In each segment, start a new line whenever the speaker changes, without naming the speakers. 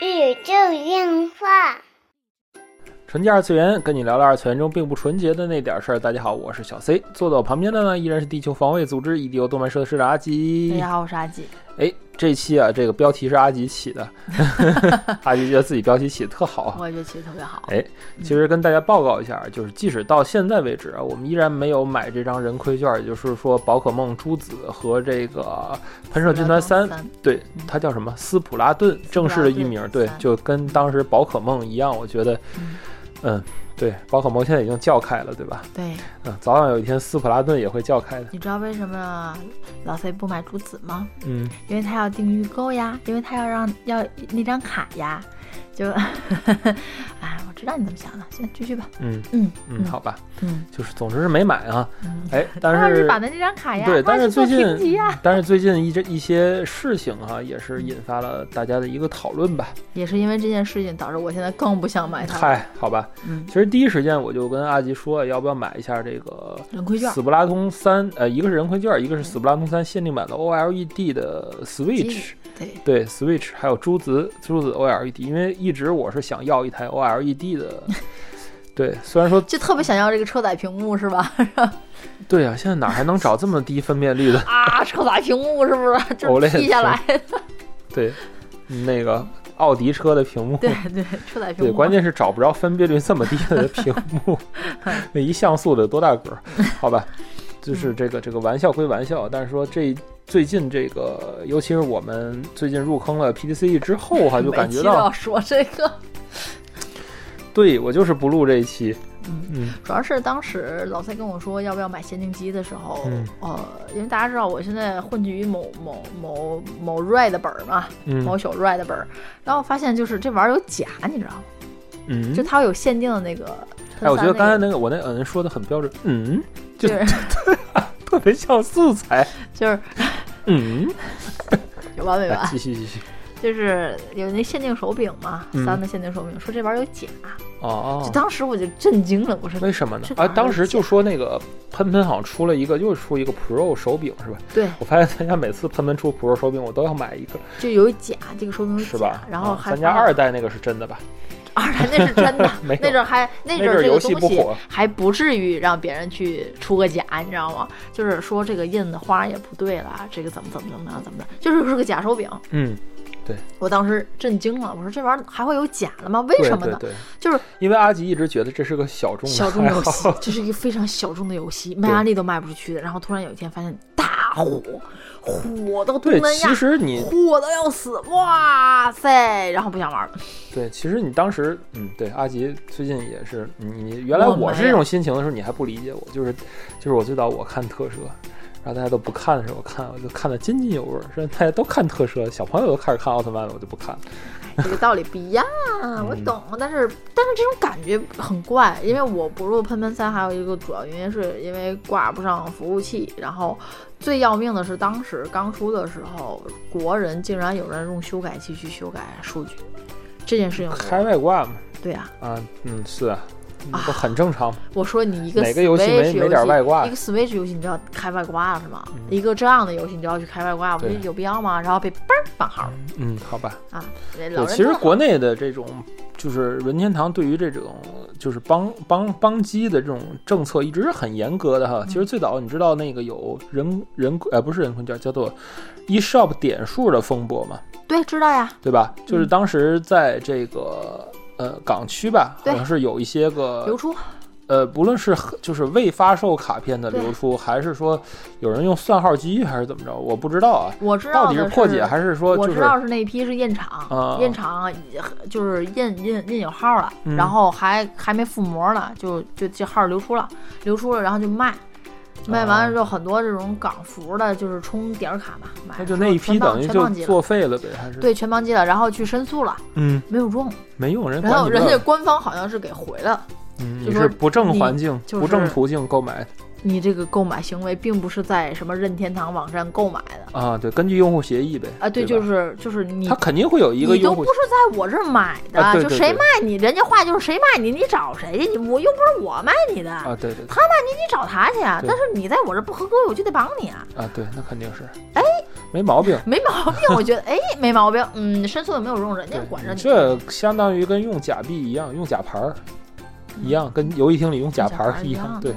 宇宙电话。
纯洁二次元，跟你聊聊二次元中并不纯洁的那点事儿。大家好，我是小 C，坐在我旁边的呢依然是地球防卫组织 EDO 动漫社的社长阿
大
吉
家。好，我是阿吉。
哎，这期啊，这个标题是阿吉起的，阿吉觉得自己标题起的特好啊。
我也觉嗯得起的特别好。
哎，其实跟大家报告一下，就是即使到现在为止啊，我们依然没有买这张人亏券，也就是说宝可梦朱紫和这个喷射军团三，对
嗯
它叫什么斯普拉顿正式的译名，对，
三
就跟当时宝可梦一样，我觉得，
嗯
嗯，对，宝可梦现在已经叫开了，对吧？
对，
嗯，早晚有一天斯普拉顿也会叫开的，
你知道为什么老 C 不买朱紫吗？
嗯，
因为他要订预购呀，因为他要让要那张卡呀，就， 哎，我知道你怎么想的，行，继续吧。
嗯
嗯
嗯，好吧，
嗯
就是总之是没买啊，
嗯，
哎，
他
但
要
是
是把的那张卡呀，
对，但
那
是
做
最近
评级呀，嗯
但是最近一这一些事情哈、也是引发了大家的一个讨论吧。
也是因为这件事情导致我现在更不想买它了。
嗨，好吧，
嗯
其，实第一时间我就跟阿吉说，要不要买一下这个
人亏券
《死不拉通三》？呃，一个是人亏券，一个是《死不拉通三》限定版的 OLED 的 Switch。
对，
对 Switch，还有朱子朱子 OLED，因 E 为一直我是想要一台 OLED 的。对，虽然说
就特别想要这个车载屏幕是吧？
对啊，现在哪还能找这么低分辨率的？
啊，车载屏幕是不是？ 就是
OLED
劈下来，
对，那个奥迪车的屏幕。
对对，车载屏
对，
幕。
关键是找不着分辨率这么低的屏 幕，那一像素得多大个儿？好吧，
嗯
就是这个这个玩笑归玩笑，但是说这最近这个，尤其是我们最近入坑了 PDCE 之后哈、啊就
每
感觉
期 都
到
要，说这个。
对我就是不录这一期，
嗯，
嗯
主要是当时老蔡跟我说要不要买限定机的时候，
嗯
呃，因为大家知道我现在混迹于某某某某 Red 本儿嘛，某
嗯
小 Red 本儿，然后发现就是这玩意儿有假，你知道吗？就
嗯。
它有限定的那个。
哎，我觉得
它
刚才
那个
那个我那嗯说的很标准，嗯，
就
就是特别像素材，
就是
嗯，
有完没
来
完？
继续继续，
就是有那限定手柄嘛，
嗯
三的限定手柄，说这玩意儿有假，
哦
就，当时我就震惊了，我说
为什么呢
这？哪
啊，
儿有
当时就
假
说那个喷喷好像出了一个，又出一个 Pro 手柄是吧？
对，
我发现咱家每次喷喷出 Pro 手柄，我都要买一个，
就有假，这个手柄有
是
假，
吧？
嗯然后
啊
还
咱家
发现
二代那个是真的吧？
二台啊那是真的
没有，
那阵儿还那
那
阵
阵儿
儿这
游
个
戏
东
不
西
火
还不至于让别人去出个假，你知道吗？就是说这个印的花也不对了，这个怎么怎么怎么样怎么的，就是是个假手柄。
嗯，
我当时震惊了，我说这玩意儿还会有假的吗？为
对
什么
对
呢？
对，
就是
因为阿吉一直觉得这是个小众
小
的
众
爱
游戏
好，，
这是一个非常小众的游戏，卖安利都卖不出去的。然后突然有一天发现大火，火到东
对，
南
其
亚。
实你
火的要死，哇塞！然后不想玩了，
对，其实你当时，嗯，对，阿吉最近也是，你你原来
我
我是
没
这
有
种心情的时候，你还不理解我，就是就是我最早我看特摄，然后大家都不看的时候，我看我就看得津津有味儿，甚至大家都看特摄，小朋友都开始看奥特曼了，我就不看了。
这个道理不一样，我
嗯
懂，但是但是这种感觉很怪，因为我不入喷喷三，还有一个主要原因是因为挂不上服务器，然后最要命的是当时刚出的时候，国人竟然有人用修改器去修改数据，这件事情
开
我，
外挂嘛，
对啊，
啊，嗯，是啊，
啊
不很正常吗。
我说你一个
哪个游戏没
Switch 游戏
没点外挂
一个 Switch 游戏你就要开外挂了是吗？
嗯
一个这样的游戏你就要去开外挂，我觉得
对
有必要吗？然后被嘣儿放号
嗯，好吧。
啊，老
对，
人
其实
真好
国内的这种就是任天堂对于这种就是帮帮帮机的这种政策一直是很严格的
嗯
哈。其实最早你知道那个有人人呃不是人工叫叫做 eShop 点数的风波嘛，
对知道呀，
对吧？就是
嗯
当时在这个。呃，港区吧，好
对
像是有一些个
流出
呃，不论是就是未发售卡片的
对
流出，还是说有人用算号机还是怎么着，我不知道啊。
我知道
到底
的
是破解还是说
我
就
知
是
道是那一批是印厂，
啊
印厂也就是印印印有号了，
嗯
然后还还没覆膜呢，就就这号流出了，流出了，然后就卖。卖完
啊
了之后，很多这种港服的，就是充点儿卡嘛，买
那
了
就
之后
那一批
全当
等于
哎全
就
当机了
作废了呗，还是
对全当机了，然后去申诉了，
嗯，
没有用。
没用人
然
管
后
你
人
这个，
家官方好像是给回了，
嗯，
就
你
说
是不正环境、
就是
不正途径购买的，
你这个购买行为并不是在什么任天堂网站购买的
啊，对，根据用户协议呗。
啊，
对吧，
就是就是你
他肯定会有一个
你都
用户
不是在我这儿买的，
啊对
就
对
谁
对
卖你，人家话就是谁卖你，你找谁去？你我又不是我卖你的，
啊，对对对
他卖你你找他去啊。
对
但是你在我这儿不合规，我就得绑你啊，
啊，对，那肯定是，哎，没毛病。
没毛病。我觉得哎， 没毛病。嗯，申诉也没有用，人家
对
管着你。
这相当于跟用假币一样，用假牌儿
嗯
一样，跟游戏厅里用假牌儿
一
样，
对
对，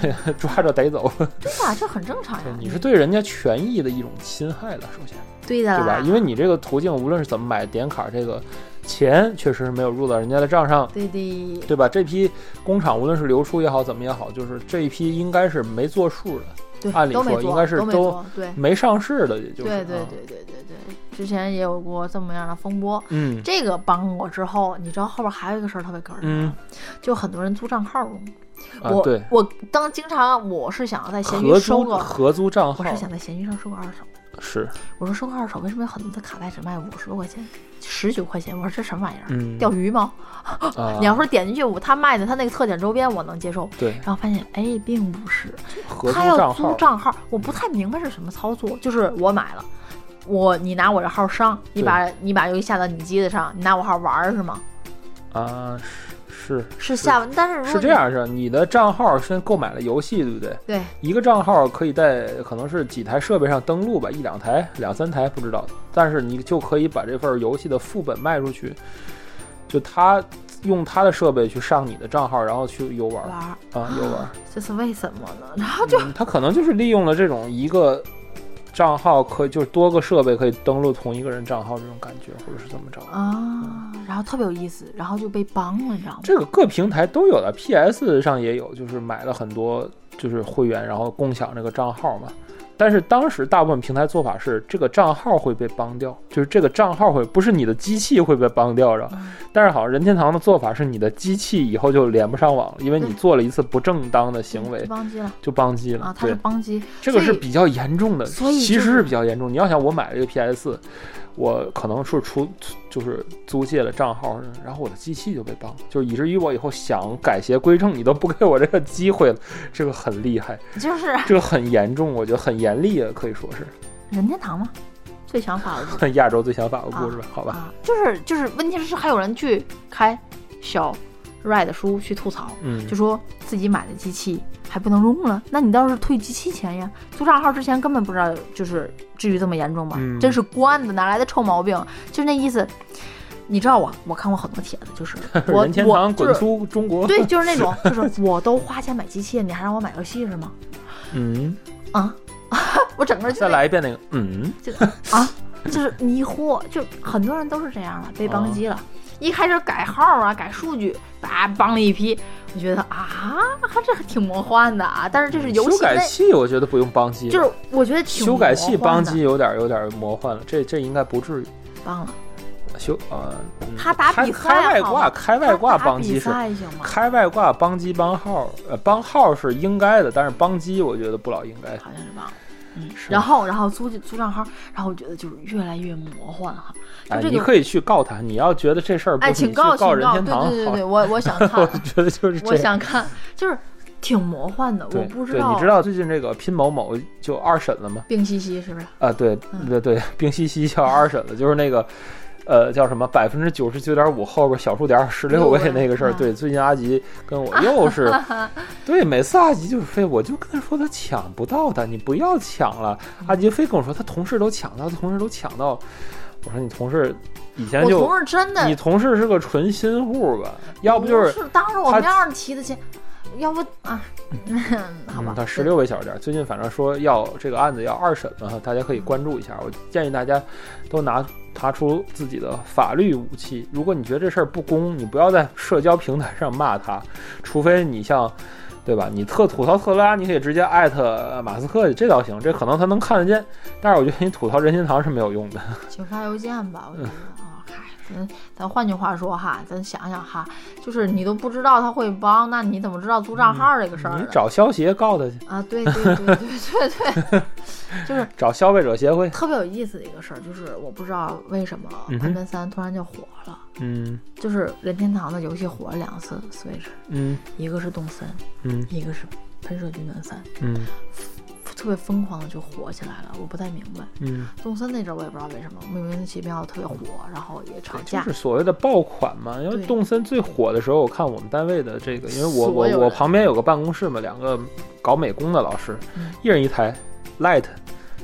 对对 嗯
抓着逮走。
对吧？这很正常
对
呀，
你是对人家权益的一种侵害了，首先，
对的
对吧？
啦，
因为你这个途径，无论是怎么买点卡，这个钱确实是没有入到人家的账上，
对的，
对吧？这批工厂无论是流出也好，怎么也好，就是这一批应该是没做数的，
对，
按理
都没
说
做
应该是
都没
都
做对。
没上市的，也就是
对对
啊
对对对对，之前也有过这么样的风波。
嗯
这个帮我之后，你知道后边还有一个事儿特别可人，
嗯
就很多人租账号用。
啊
我、
对，
我当经常我是想要在闲鱼
合租
收个，
合租账
我
号
是想在闲鱼上收个二手。
是
我说收个二手，为什么有很多的卡带只卖五十多块钱、十九块钱？我说这什么玩意儿？
嗯
钓鱼吗？
啊，
你要说点进去，我他卖的他那个特点周边我能接受，
对
然后发现哎并不是，
合租
他要
账
租
号
账号，我不太明白是什么操作。就是我买了，我你拿我这号上，你
对
把你把游戏下到你机子上，你拿我号玩儿是吗？
啊是
是下，但是如果
是这
你，
样是吧，你的账号先购买了游戏，对不对？
对
一个账号可以在可能是几台设备上登录吧，一两台、两三台不知道，但是你就可以把这份游戏的副本卖出去，就他用他的设备去上你的账号，然后去游玩
玩
啊，
儿，
游玩。
这是为什么呢？然后就
嗯他可能就是利用了这种一个账号可以就是多个设备可以登录同一个人账号这种感觉，或者是怎么着。
啊，然后特别有意思，然后就被帮了，你知道吗？
这个各平台都有的，PS 上也有，就是买了很多就是会员，然后共享这个账号嘛。但是当时大部分平台做法是，这个账号会被帮掉，就是这个账号会不是你的机器会被帮掉着。
嗯
但是好像任天堂的做法是，你的机器以后就连不上网了，因为你
对
做了一次不正当的行为
嗯就帮机了
就帮机了
嗯啊，。他
对
是，帮机，
这个
所
是
以
比较严重的，
所以
其
就
实
是
是比较严重。你要想，我买了一个 PS，我可能是出就是租借了账号，然后我的机器就被绑，就是以至于我以后想改邪归正，你都不给我这个机会了，这个很厉害，
就是
这个很严重，我觉得很严厉啊，可以说是
任天堂嘛，最强法律。
很亚洲最强法务部是吧？好吧，
啊，就是就是，问题是还有人去开小 Red 的书去吐槽，
嗯
就说自己买的机器还不能用了，那你倒是退机器钱呀！租账号之前根本不知道，就是至于这么严重吗？
嗯
真是惯的，哪来的臭毛病？就是那意思。你知道我，我看过很多帖子，就是 我
任天
我
堂
就
滚
是
出中国，
对，就是那种，就是我都花钱买机器，你还让我买游戏是吗？
嗯，
啊，我整个就
再来一遍那个，嗯，
就啊，就是迷惑，就很多人都是这样了，被
哦
帮机了。一开始改号啊，改数据，叭帮了一批，我觉得啊，还这还挺魔幻的啊。但是这是游
嗯修
戏
改
内，
器，我觉得不用帮机了，
就是我觉得挺
修改器
魔幻
帮
的
机有点有点魔幻了，这这应该不至于。
帮了，
修呃，嗯
他打
开
比赛
开外
好
挂，
吗
开外挂
他打
帮
比
机是
赛行吗？
开外挂帮机帮号，呃，帮号是应该的，但是帮机我觉得不老应该。
好像是帮了。嗯，
是
然后，然后租租账号，然后我觉得就是越来越魔幻哈，就
哎，
这
你
个，
可以去告他，你要觉得这事儿不
哎，
是，
请
你去
请告，
任天堂
对对对
好
对，
了。，
我我想看
觉得就是这
我
样。
想看，就是挺魔幻的，我
对
不
对，你知道最近这个拼某某就二审了吗？
病兮兮是不是？
啊，对
嗯
对对，冰西西叫二审了，就是那个。呃，叫什么？百分之九十九点五后边小数点十六位
六位
那个事儿，
啊
对，最近阿吉跟我又 是，对，每次阿吉就是非，我就跟他说他抢不到的，你不要抢了。
嗯
阿吉非跟我说他同事都抢到，他同事都抢到。我说你同事以前
我
就
同事真的
你同事是个纯新户吧？要不就
不
是
是当着我
他
面儿提的钱，要不啊， 好吧
嗯，，他十六位小数点，最近反正说要这个案子要二审了，大家可以关注一下。我建议大家都拿拿出自己的法律武器。如果你觉得这事儿不公，你不要在社交平台上骂他，除非你像。对吧？你特吐槽特斯拉，你可以直接艾特马斯克，这倒行，这可能他能看得见。但是我觉得你吐槽任天堂是没有用的。
对请发邮件吧，我
嗯
觉得啊，嗨，咱咱换句话说哈，咱想想哈，就是你都不知道他会帮，那你怎么知道租账号这个事儿
嗯你
呢？
找消协告他去，
啊，对对对对对对对，就是
找消费者协会。
特别有意思的一个事儿，就是我不知道为什么
嗯哼
《喷喷三》突然就火了，
嗯
就是任天堂的游戏火了两次 Switch，
嗯
一个是动森，
嗯
一个是喷射军团三》
嗯
特别疯狂的就火起来了。我不太明白，
嗯，
动森那阵儿我也不知道为什么莫名其妙特别火，然后也吵
啊就
架
是。所谓的爆款嘛。因为
对
动森最火的时候，我看我们单位的这个，因为我
所有
我
人
我旁边有个办公室嘛，两个搞美工的老师
嗯，
一人一台 Light，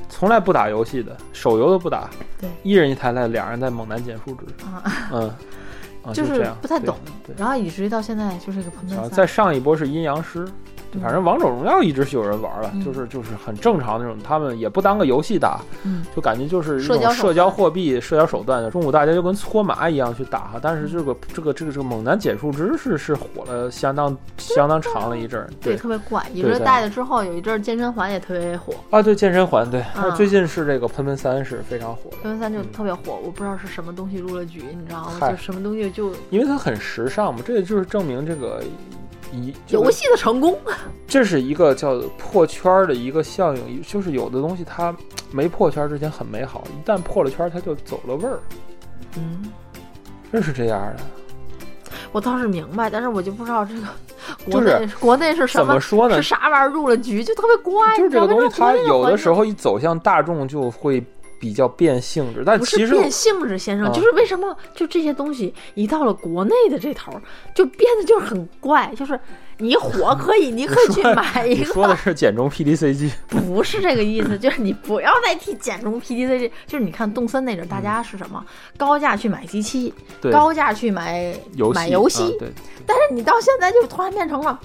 从来不打游戏的，手游都不打，
对
一人一台 Light，两人在猛男捡数值，
啊，
嗯，啊
就
这
是
样
不太
对
懂，
对
然后以至于到现在就是一个喷
然后
喷
再
三，
上一波是阴阳师，
嗯
反正王者荣耀一直是有人玩了，
嗯
就是就是很正常那种，他们也不当个游戏打，
嗯
就感觉就是一
社交
种
手段
社交货币、社交手段。中午大家就跟搓麻一样去打哈，
嗯
但是这个这个这个这个猛男捡树枝是是火了相
啊
当相当长了一阵儿，
对，特别怪。也
对
是
对
带了之后，有一阵儿健身环也特别火，
啊，对健身环对，那
啊
最近是这个喷喷三是非常火的，
喷喷三就
嗯
特别火，我不知道是什么东西入了局，你知道吗？
嗨
就什么东西就
因为它很时尚嘛，这就是证明这个一这个
游戏的 成功，
这是一个叫破圈儿的一个效应，就是有的东西它没破圈儿之前很美好，一旦破了圈儿，它就走了味儿，
嗯，
这是这样的。
我倒是明白，但是我就不知道这个
就
国
是
内国内是什
怎么说呢
是？啥玩意儿入了局，就特别怪。
就是这个东西，它有的时
候
候一走向大众就会比较变性质，但
不
其
是
实
变性质，先生，
啊
就是为什么就这些东西一到了国内的这头儿，就变得就是很怪，就是你火可以，你可以去买 一
你说的
个，
是简中 PDC 机，
不是这个意思，就是你不要再替简中 PDC 这，就是你看动森那阵儿，大家是什么高价去买机器，
嗯对，
高价去买
游戏
买游戏，
嗯对，
但是你到现在就突然变成了，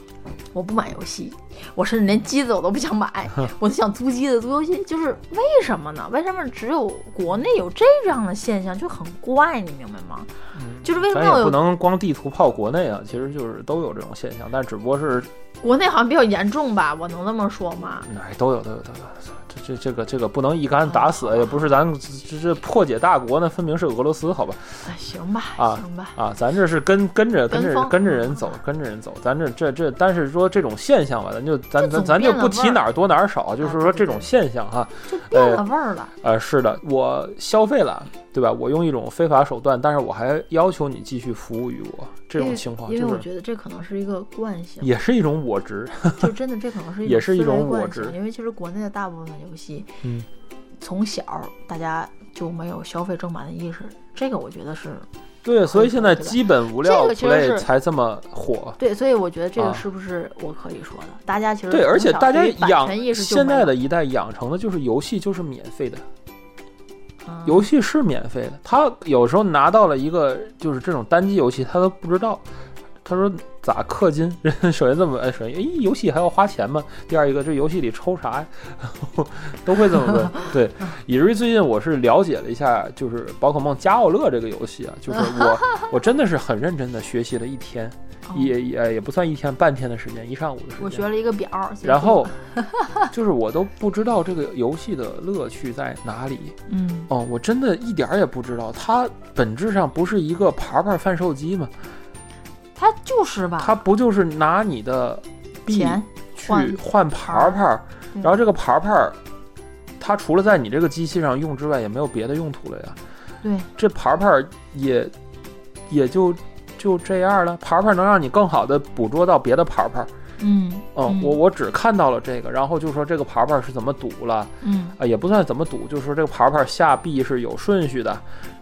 我不买游戏，我甚至连机子我都不想买， 我就想租机子、租游戏，就是为什么呢？为什么只有国内有这样的现象，就很怪，你明白吗？
嗯
就是为什么
咱
要
也不
有
能光地图炮国内啊，其实就是都有这种现象，但只不过是
国内好像比较严重吧？我能这么说吗？
哎都有都有都有，这这这个这个不能一竿子打
哦
死，也不是咱这这破解大国呢，分明是俄罗斯，好吧？
哎，行吧，
啊
行吧，
啊，咱这是跟跟着跟
跟
着
风嗯
跟着人走，跟着人走。咱这这这，但是说这种现象吧，咱就咱
这
咱
总
咱就
变了
不
味
提
儿
哪儿多哪儿少，就
啊
是
对
说
对
这
对
种现象哈。
就变了味儿了。
呃，是的，我消费了，对吧？我用一种非法手段，但是我还要求你继续服务于我，这
因
种
为
情况
因为
就
我
是
觉得这可能是一个惯性，
也是一种我执。
就真的这可能是一
也是一
思维
种我
惯
执
性因为其实国内的大部分游戏，
嗯，
从小大家就没有消费正版的意识，这个我觉得是
对，所以现在
对吧
基本无料
这个其实
play
是
才这么火。
对，所以我觉得这
啊
个是不是我可以说的？大家其实
对，
从
而且
小
大家
对于版
养
权意识就
现
没
在
有
的一代养成的就是游戏就是免费的，
嗯
游戏是免费的，他有时候拿到了一个就是这种单机游戏，他都不知道。他说咋氪金？人家首先这么问，哎首先，哎，游戏还要花钱吗？第二一个，这游戏里抽啥呀？ 都会这么问。对，以至于最近我是了解了一下，就是宝可梦加奥乐这个游戏啊，就是我 我真的是很认真的学习了一天，
哦
也也也不算一天，半天的时间，一上午的时间。
我学了一个表儿，所以
然
说
后就是我都不知道这个游戏的乐趣在哪里。
嗯，
哦，我真的一点儿也不知道，它本质上不是一个牌牌贩售机吗？
他就是吧，
它不就是拿你的币
啊钱
去
换
换牌牌儿，
对
然后这个牌牌儿，它除了在你这个机器上用之外，也没有别的用途了呀。
对，
这牌牌儿也也就就这样了，牌牌儿能让你更好的捕捉到别的牌牌儿。
嗯
嗯，我我只看到了这个，然后就说这个牌牌儿是怎么赌了。
嗯
啊，也不算怎么赌，就是说这个牌牌下币是有顺序的，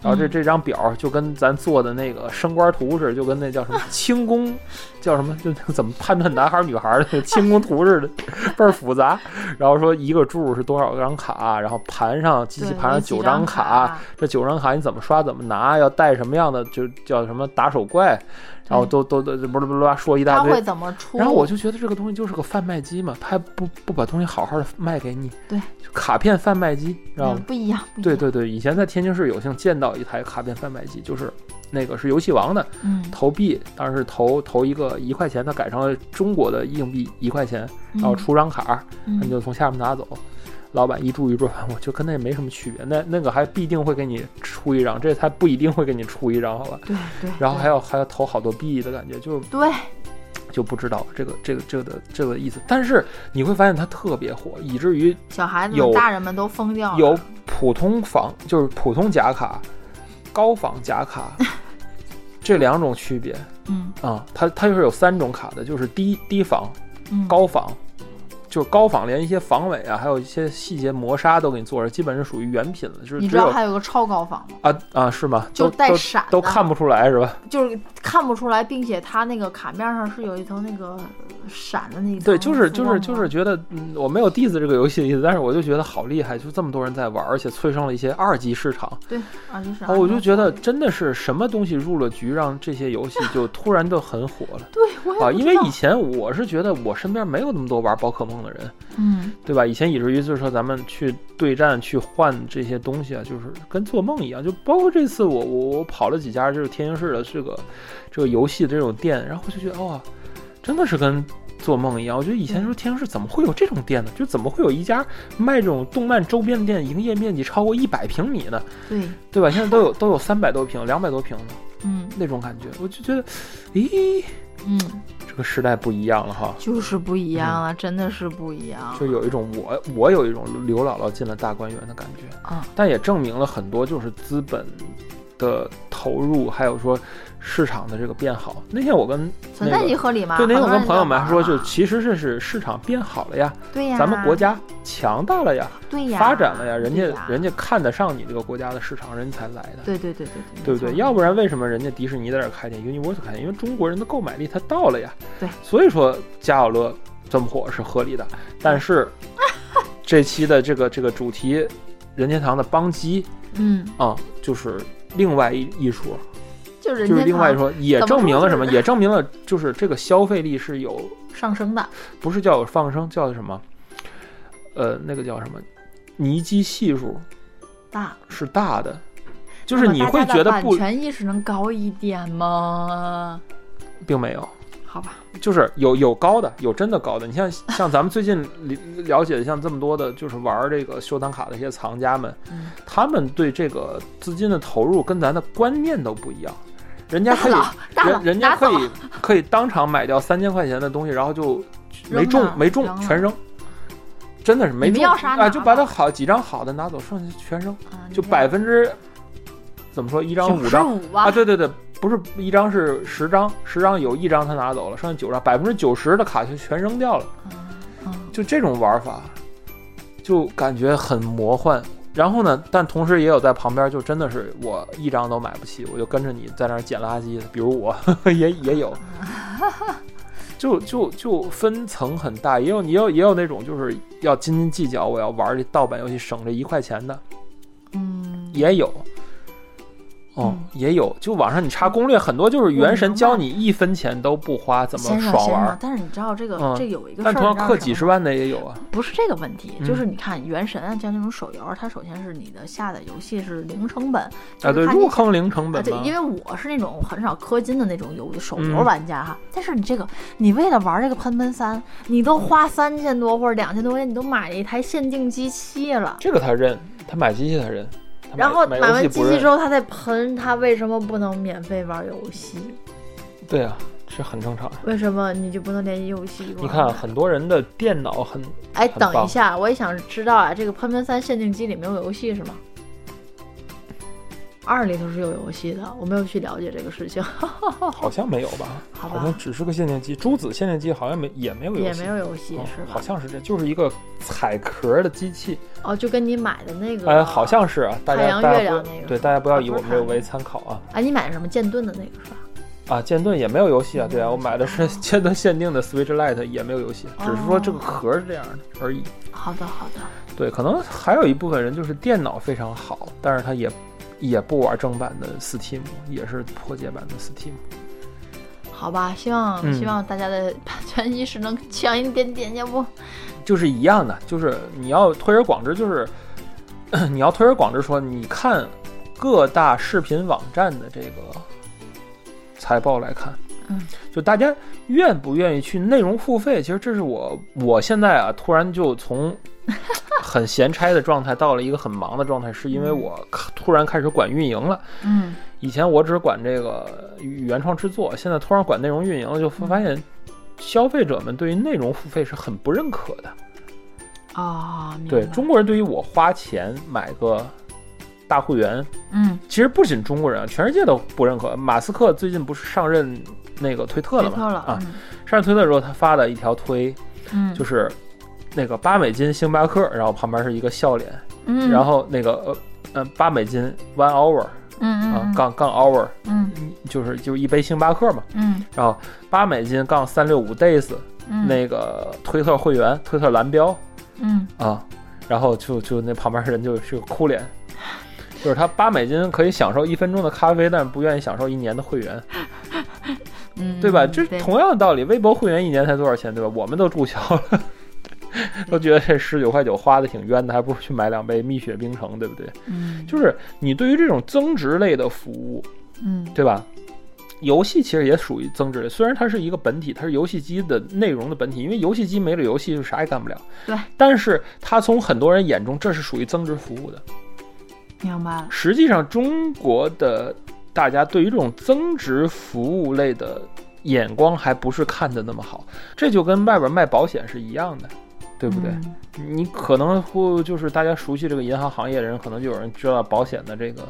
然后这
嗯
这张表就跟咱做的那个升官图似的，就跟那叫 什么清宫，叫什么就就怎么判断男孩儿女孩儿的那个清宫图似的， 倍儿复杂。然后说一个注是多少张卡，然后盘上机器
对
盘上
有
九
几张
卡，这九张卡你怎么刷怎么拿，要带什么样的就叫什么打手怪，然后都都都不啦不啦说一
他
大堆
会。怎么出？
然后我就觉得这个东西就是个贩卖机嘛，他还不不把东西好好的卖给你，
对，
就卡片贩卖机，知道
嗯
吗？
不一样，不一
哦对
样，
对对，以前在天津市有幸见到一台卡片贩卖机，就是那个是游戏王的
嗯，
投币，当时是投投一个一块钱，它改成了中国的硬币一块钱，然后出张卡，
嗯
你就从下面拿走。老板一注一注，我就跟那没什么区别，那那个还必定会给你出一张，这才不一定会给你出一张，好吧？
对对，
然后
对
还要还要投好多币的感觉，就
对，
就不知道这个这个这个的这个意思。但是你会发现它特别火，以至于
小孩子
有
们、大人们都疯掉了，
有普通仿就是普通假卡、高仿假 卡这两种区别
嗯
啊、它它就是有三种卡的，就是低低仿、
嗯
高仿就是高仿连一些防伪啊，还有一些细节磨砂都给你做着，基本是属于原品了，就是
你知
只
道
有
还有个超高仿吗？
啊啊是吗？
就
都
是带
都
闪的
都看不出来是吧？
就是看不出来，并且它那个卡面上是有一层那个闪的那一层。
对，就是就是就是。觉得，嗯，我没有 diss 这个游戏的意思，但是我就觉得好厉害，就这么多人在玩，而且催生了一些二级市场。
对，啊，就是。
啊，我就觉得真的是什么东西入了局，让这些游 戏就突然都很火了
对，我也
啊！
不
因
知
为
道
以前我是觉得我身边没有那么多玩宝可梦的人，
嗯，
对吧？以前以至于就是说咱们去对战去换这些东西啊，就是跟做梦一样。就包括这次我我我跑了几家就是天津市的这个这个游戏的这种店，然后我就觉得哇、真的是跟做梦一样。我觉得以前说天津市怎么会有这种店呢？就怎么会有一家卖这种动漫周边的店营业面积超过一百平米呢？
对，
对吧？现在都有都有三百多平、两百多平的
嗯
那种感觉，我就觉得，咦，
嗯，
这个时代不一样了哈。
就是不一样了，真的是不一样。
就有一种我我有一种刘姥姥进了大观园的感觉
啊，
但也证明了很多就是资本的投入，还有说市场的这个变好。那天我跟
存
那
在即
个
合理嘛？
对那天我跟
啊很多人
朋友们
在
还说，
玩
就
嘛
其实这是市场变好了呀，
对呀，
咱们国家强大了呀，
对呀
发展了呀，人家
对呀
人家看得上你这个国家的市场，人家才来的。
对对对对
对不
没
对？
错
要不然为什么人家迪士尼在这儿开店，Universal 开店？因为中国人的购买力它到了呀。
对，
所以说加奥乐这么火是合理的。但是这期的这个这个主题，任天堂的邦基
嗯，
啊、就是另外一一说，
就人
就是
家
另外一
堂
说，也
怎么
证明
说
了
就
什么？也证明了就是这个消费力是有，
上升的，
不是叫有放生，叫什么？呃，那个叫什么？泥基系数
大
是大的，就是
那么
你
大
会
家的
觉得
版
不，
权意识能高一点吗？
并没有。
好吧，
就是有有高的，有真的高的。你像像咱们最近了了解的，像这么多的，就是玩这个修档卡的一些藏家们，
嗯，
他们对这个资金的投入跟咱的观念都不一样。人家可以
大，佬大佬
人人家
拿
可
走
以可以当场买掉三千块钱的东西，然后就没
扔了
中没中
扔了
全扔，真的是没
你们
中
要啥
啊，
拿
就把
吧
它好几张好的拿走，剩下全扔，
啊
就
你
百分之怎么说一张五
95
张
吧
啊，对对对，不是一张是十张，十张有一张他拿走了，剩下九张，百分之九十的卡就全扔掉了。
嗯
就这种玩法，就感觉很魔幻。然后呢，但同时也有在旁边，就真的是我一张都买不起，我就跟着你在那儿捡垃圾的，比如我 也也有。就就就分层很大，也有也有也有那种就是要斤斤计较，我要玩这盗版游戏省这一块钱的，
嗯，
也有。哦，也有，就网上你查攻略，很多就是原神教你一分钱都不花，怎么
先生
爽
先
玩
生
儿，。
但是你知道这个
嗯
这有一个事儿，
但同样
你知道
氪
是
几
什
十
么吗
万的也有啊。
不是这个问题，
嗯
就是你看《原神》啊，像那种手游，它首先是你的下载游戏是零成本
啊，对，
就是它
入坑零成
啊，
本
对
嘛，，
因为我是那种很少氪金的那种游手游
嗯
玩家哈。但是你这个，你为了玩这个喷喷三，你都花三千多或者两千多块钱，你都买了一台限定机器了。
这个他认，他买机器他认，他买
然后
买
买
游
完
戏
机
不
器
认
之，后，他再喷，他为什么不能免费玩游戏？
对啊，这很正常。
为什么你就不能联机游戏？
你看，，啊很多人的电脑很
哎，
很
等一
棒
下，我也想知道啊，这个喷喷三限定机里没有游戏是吗？二里头是有游戏的，我没有去了解这个事情，
好像没有吧，
好
好
吧
像只是个限定机，朱子限定机好像没也没有游
也
戏
没，有游戏
哦
是
好
吧？
像是这，就是一个采壳的机器，
哦，就跟你买的那个，
呃，好像是啊，大
太
家
阳
大
月
家
亮
不
那个
对大家不要
啊
以
不
我
是
们
太
这
阳
为
月
参考啊。
啊，你买的什么剑盾的那个是吧？
啊，剑盾也没有游戏啊，
嗯
对啊，我买的是剑盾限定的 Switch Lite 也没有游戏，只是说这个壳是这样的而已。
好的，好的，
对，可能还有一部分人就是电脑非常好，但是他也也不玩正版的 Steam，也是破解版的 Steam。
好吧，希望、
嗯
希望大家的 版权意识能强一点点，要不
就是一样的，就是你要推而广之，就是 你要推而广之说，你看各大视频网站的这个财报来看，
嗯，
就大家愿不愿意去内容付费，其实这是我我现在啊，突然就 从很闲差的状态到了一个很忙的状态，是因为
嗯
我突然开始管运营了。
嗯，
以前我只管这个原创制作，现在突然管内容运营了，就
嗯
发现消费者们对于内容付费是很不认可的。
啊、明白
对中国人对于我花钱买个大会员，
嗯，
其实不仅中国人啊，全世界都不认可。马斯克最近不是上任那个推特
没
了吗？
错了，
啊，
嗯
上任推特的时候，他发了一条推，
嗯，
就是那个八美金星巴克，然后旁边是一个笑脸，
嗯，
然后那个呃呃八美金 one hour
嗯
啊
嗯
杠杠 hour
嗯
就是就是一杯星巴克嘛，
嗯
然后八美金杠三六五 days
嗯
那个推特会员推特蓝标
嗯
啊，然后就就那旁边人就是个哭脸。就是他八美金可以享受一分钟的咖啡，但不愿意享受一年的会员，
嗯
对吧？这同样的道理，微博会员一年才多少钱，对吧？我们都注销了，都觉得这十九块九花的挺冤的，还不如去买两杯蜜雪冰城，对不对？
嗯
就是你对于这种增值类的服务，
嗯
对吧？游戏其实也属于增值类，虽然它是一个本体，它是游戏机的内容的本体，因为游戏机没了游戏就啥也干不了。
对，
但是它从很多人眼中，这是属于增值服务的。
明白了，
实际上，中国的大家对于这种增值服务类的眼光还不是看的那么好，这就跟外边卖保险是一样的，对不对？
嗯
你可能会就是大家熟悉这个银行行业的人，可能就有人知道保险的这个，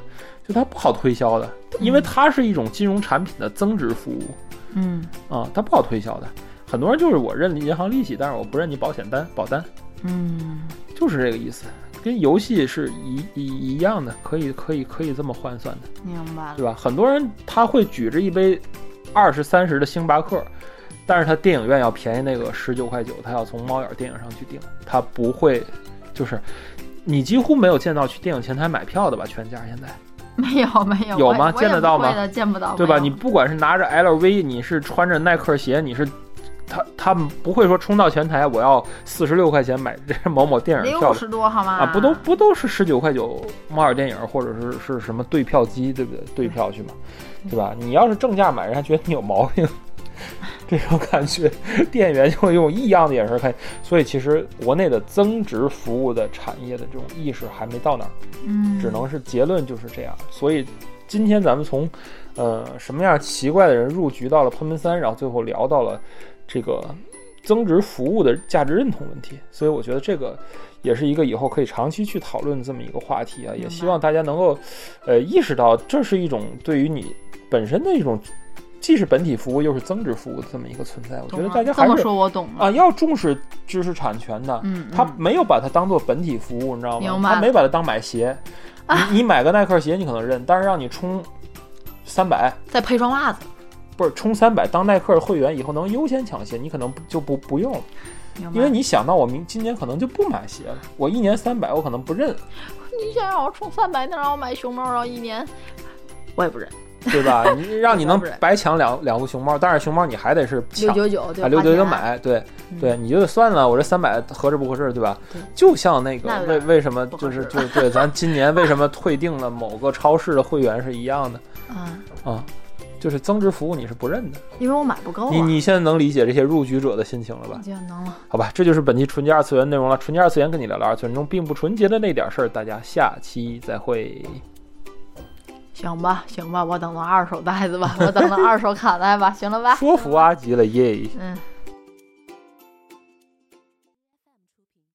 就它不好推销的，因为它是一种金融产品的增值服务
嗯
啊，它不好推销的。很多人就是我认银行利息，但是我不认你保险单保单，
嗯
就是这个意思，跟游戏是一一一样的，可以可以可以这么换算的，
明白
对
了，
吧？很多人他会举着一杯二十三十的星巴克，但是他电影院要便宜那个十九块九，他要从猫眼电影上去订，他不会就是。你几乎没有见到去电影前台买票的吧？全家现在，
没有没有
有
我也
吗
我也
见得
不
到
会
吗
的？见不到，
对
哦没
吧？
有
你不管是拿着 LV，你是穿着耐克鞋，你是他他们不会说冲到前台，我要四十六块钱买这某某电影票
六
的
十多好吗？
啊，不都不都是十九块九猫眼电影或者是是什么对票机，对不对？对票去嘛，对吧？你要是正价买，人还觉得你有毛病， 这种感觉，店员就会用异样的眼神看。所以其实国内的增值服务的产业的这种意识还没到那儿，
嗯，
只能是结论就是这样。所以今天咱们从呃什么样奇怪的人入局到了喷喷三，然后最后聊到了这个增值服务的价值认同问题。所以我觉得这个也是一个以后可以长期去讨论这么一个话题啊，
明
也
白
希望大家能够呃意识到这是一种对于你本身的一种既是本体服务又是增值服务的这么一个存在。我觉
懂
得
了
大家
这
还
么
是
说，我懂了。
啊要重视知识产权的，
嗯，
他
嗯
没有把它当做本体服务，你知道
明
吗？
白啊
他没把它当买鞋。你你买个耐克鞋，你可能认，但是让你充三百，
再配双袜子，
不是充三百当耐克会员以后能优先抢鞋，你可能不就不不用了，
明白
因为你想到我明今年可能就不买鞋了，我一年三百我可能不认，
你想让我充三百，能让我买熊猫，然后一年，我也不忍，
对 吧？你让你能
不认
白抢两两副熊猫，但是熊猫你还得是
六
抢。
九九对
啊，
吧？
六九九
花钱，
买，对
嗯
对，你就算了，我这三百合着不合适，对吧
对？
就像那个
那有
为
点
为什么
不
就
合
是
适
就对，咱今年为什么退订了某个超市的会员是一样 的
嗯，
啊？就是增值服务你是不认的，
因为我买不够啊，
你你现在能理解这些入局者的心情了吧
你？就能了，
好吧，这就是本期纯洁二次元内容了。纯洁二次元跟你聊聊二次元中并不纯洁的那点事儿，大家下期再会。
行吧行吧，我等等二手袋子吧，我等等二手卡带吧，行了吧，
说服阿吉了耶！
嗯，